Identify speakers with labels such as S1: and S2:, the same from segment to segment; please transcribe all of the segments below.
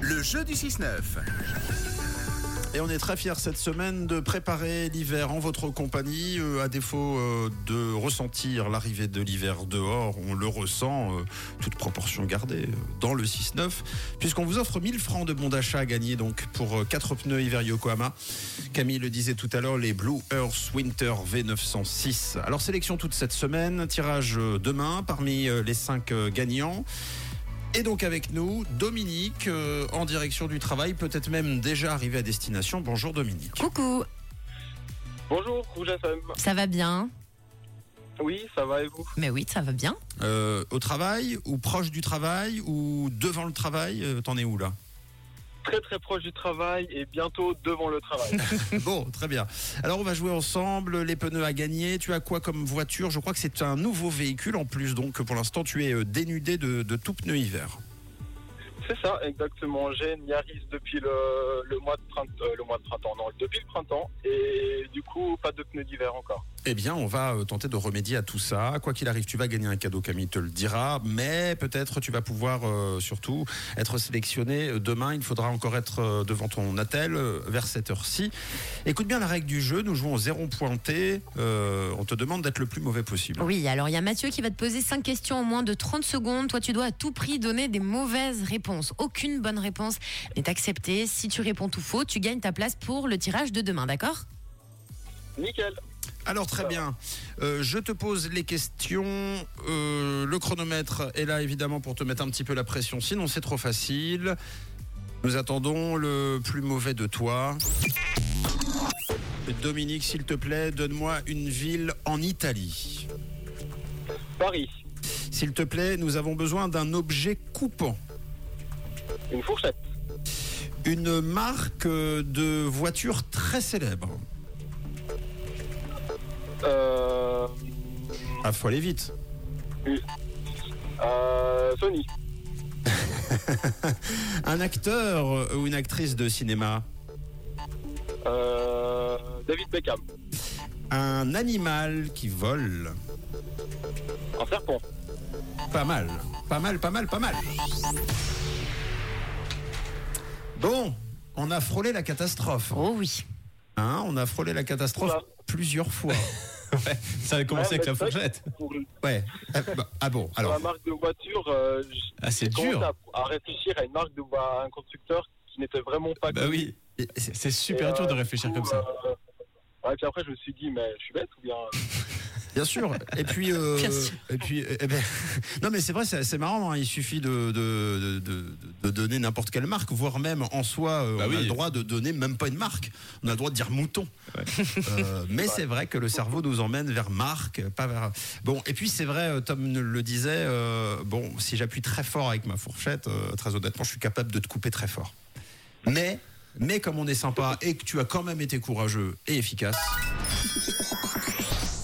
S1: Le jeu du 6-9.
S2: Et on est très fiers cette semaine de préparer l'hiver en votre compagnie. Euh, à défaut euh, de ressentir l'arrivée de l'hiver dehors, on le ressent, euh, toute proportion gardée, euh, dans le 6-9, puisqu'on vous offre 1000 francs de bons d'achat à gagner donc pour 4 pneus hiver Yokohama. Camille le disait tout à l'heure, les Blue Earth Winter V906. Alors sélection toute cette semaine, tirage euh, demain parmi euh, les 5 gagnants. Et donc avec nous, Dominique, euh, en direction du travail, peut-être même déjà arrivé à destination. Bonjour Dominique.
S3: Coucou,
S4: Bonjour, Rouge FM.
S3: ça va bien
S4: Oui, ça va et vous
S3: Mais oui, ça va bien.
S2: Euh, au travail, ou proche du travail, ou devant le travail, euh, t'en es où là
S4: Très très proche du travail et bientôt devant le travail.
S2: Bon, très bien. Alors on va jouer ensemble, les pneus à gagner, tu as quoi comme voiture Je crois que c'est un nouveau véhicule en plus, donc pour l'instant tu es euh, dénudé de, de tout pneu hiver.
S4: C'est ça, exactement. J'ai une Yaris depuis le, le mois de printemps, euh, le mois de printemps, non, depuis le printemps et du coup pas de pneus d'hiver encore.
S2: Eh bien, on va euh, tenter de remédier à tout ça. Quoi qu'il arrive, tu vas gagner un cadeau, Camille te le dira. Mais peut-être tu vas pouvoir euh, surtout être sélectionné euh, demain. Il faudra encore être euh, devant ton attel euh, vers cette heure-ci. Écoute bien la règle du jeu. Nous jouons au zéro pointé. Euh, on te demande d'être le plus mauvais possible.
S3: Oui, alors il y a Mathieu qui va te poser 5 questions en moins de 30 secondes. Toi, tu dois à tout prix donner des mauvaises réponses. Aucune bonne réponse n'est acceptée. Si tu réponds tout faux, tu gagnes ta place pour le tirage de demain, d'accord
S4: Nickel.
S2: Alors très
S4: Ça va.
S2: bien, Euh, je te pose les questions. Euh, le chronomètre est là évidemment pour te mettre un petit peu la pression, sinon c'est trop facile. Nous attendons le plus mauvais de toi. Dominique, s'il te plaît, donne-moi une ville en Italie.
S4: Paris,
S2: S'il te plaît, nous avons besoin d'un objet coupant.
S4: une fourchette.
S2: Une marque euh, de voiture très célèbre.
S4: Euh,
S2: Ah, faut aller vite.
S4: euh, Sony,
S2: Un acteur euh, ou une actrice de cinéma.
S4: euh, David Beckham,
S2: Un animal qui vole.
S4: un serpent.
S2: Pas mal, pas mal, pas mal, pas mal. Bon, on a frôlé la catastrophe.
S3: Oh oui.
S2: Hein, on a frôlé la catastrophe
S4: Oula.
S2: plusieurs fois.
S5: Ça a commencé
S4: Ouais,
S5: avec la
S4: bah, c'est vrai
S5: fourchette.
S4: que Pour,
S2: Ouais. Ah, bah, ah bon,
S4: pour la
S2: alors.
S4: marque de voiture, euh, j-
S5: Ah, c'est
S4: j'ai commencé
S5: dur.
S4: À, à réfléchir à une marque de à un constructeur qui n'était vraiment pas.
S5: Bah oui,
S2: c'est-
S5: c'est super
S4: Et,
S5: dur de
S4: euh,
S5: réfléchir
S4: du
S5: comme
S4: coup,
S5: ça.
S4: euh, ouais, puis après, je me suis dit, mais je suis bête ou bien.
S2: Bien sûr. Et puis. euh,
S3: Bien sûr.
S2: Et puis eh ben, non, mais c'est vrai, c'est c'est marrant. hein, Il suffit de, de, de- de- de donner n'importe quelle marque, voire même en soi, euh,
S5: Bah
S2: on a
S5: oui.
S2: le droit de donner même pas une marque. On a le droit de dire mouton. Euh, mais c'est vrai que le cerveau nous emmène vers marque, pas vers. Bon, et puis c'est vrai, euh, Tom ne- le disait, euh, bon, si j'appuie très fort avec ma fourchette, euh, très honnêtement, je suis capable de te couper très fort. Mais. Mais comme on est sympa et que tu as quand même été courageux et efficace,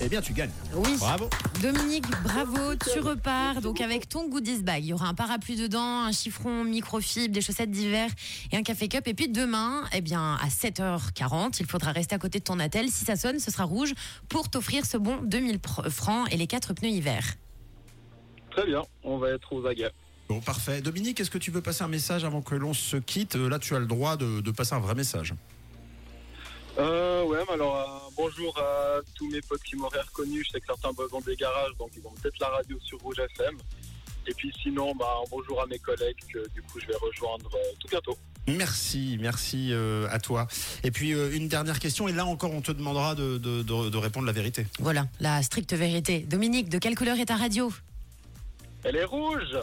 S2: eh bien tu gagnes.
S3: Oui.
S2: Bravo.
S3: Dominique, bravo, tu repars donc avec ton goodies bag. Il y aura un parapluie dedans, un chiffon microfibre, des chaussettes d'hiver et un café cup. Et puis demain, eh bien, à 7h40, il faudra rester à côté de ton attel. Si ça sonne, ce sera rouge pour t'offrir ce bon 2000 pr- francs et les quatre pneus hiver.
S4: Très bien, on va être aux aguets.
S2: Bon, parfait. Dominique, est-ce que tu veux passer un message avant que l'on se quitte Euh, Là, tu as le droit de, de passer un vrai message.
S4: Euh, ouais, mais alors euh, bonjour à tous mes potes qui m'auraient reconnu. Je sais que certains bossent dans des garages, donc ils ont peut-être la radio sur Rouge FM. Et puis sinon, bah, un bonjour à mes collègues que du coup je vais rejoindre euh, tout bientôt.
S2: Merci, merci euh, à toi. Et puis, euh, une dernière question, et là encore, on te demandera de, de- de- de répondre la vérité.
S3: Voilà, la stricte vérité. Dominique, de quelle couleur est ta radio
S4: Elle est rouge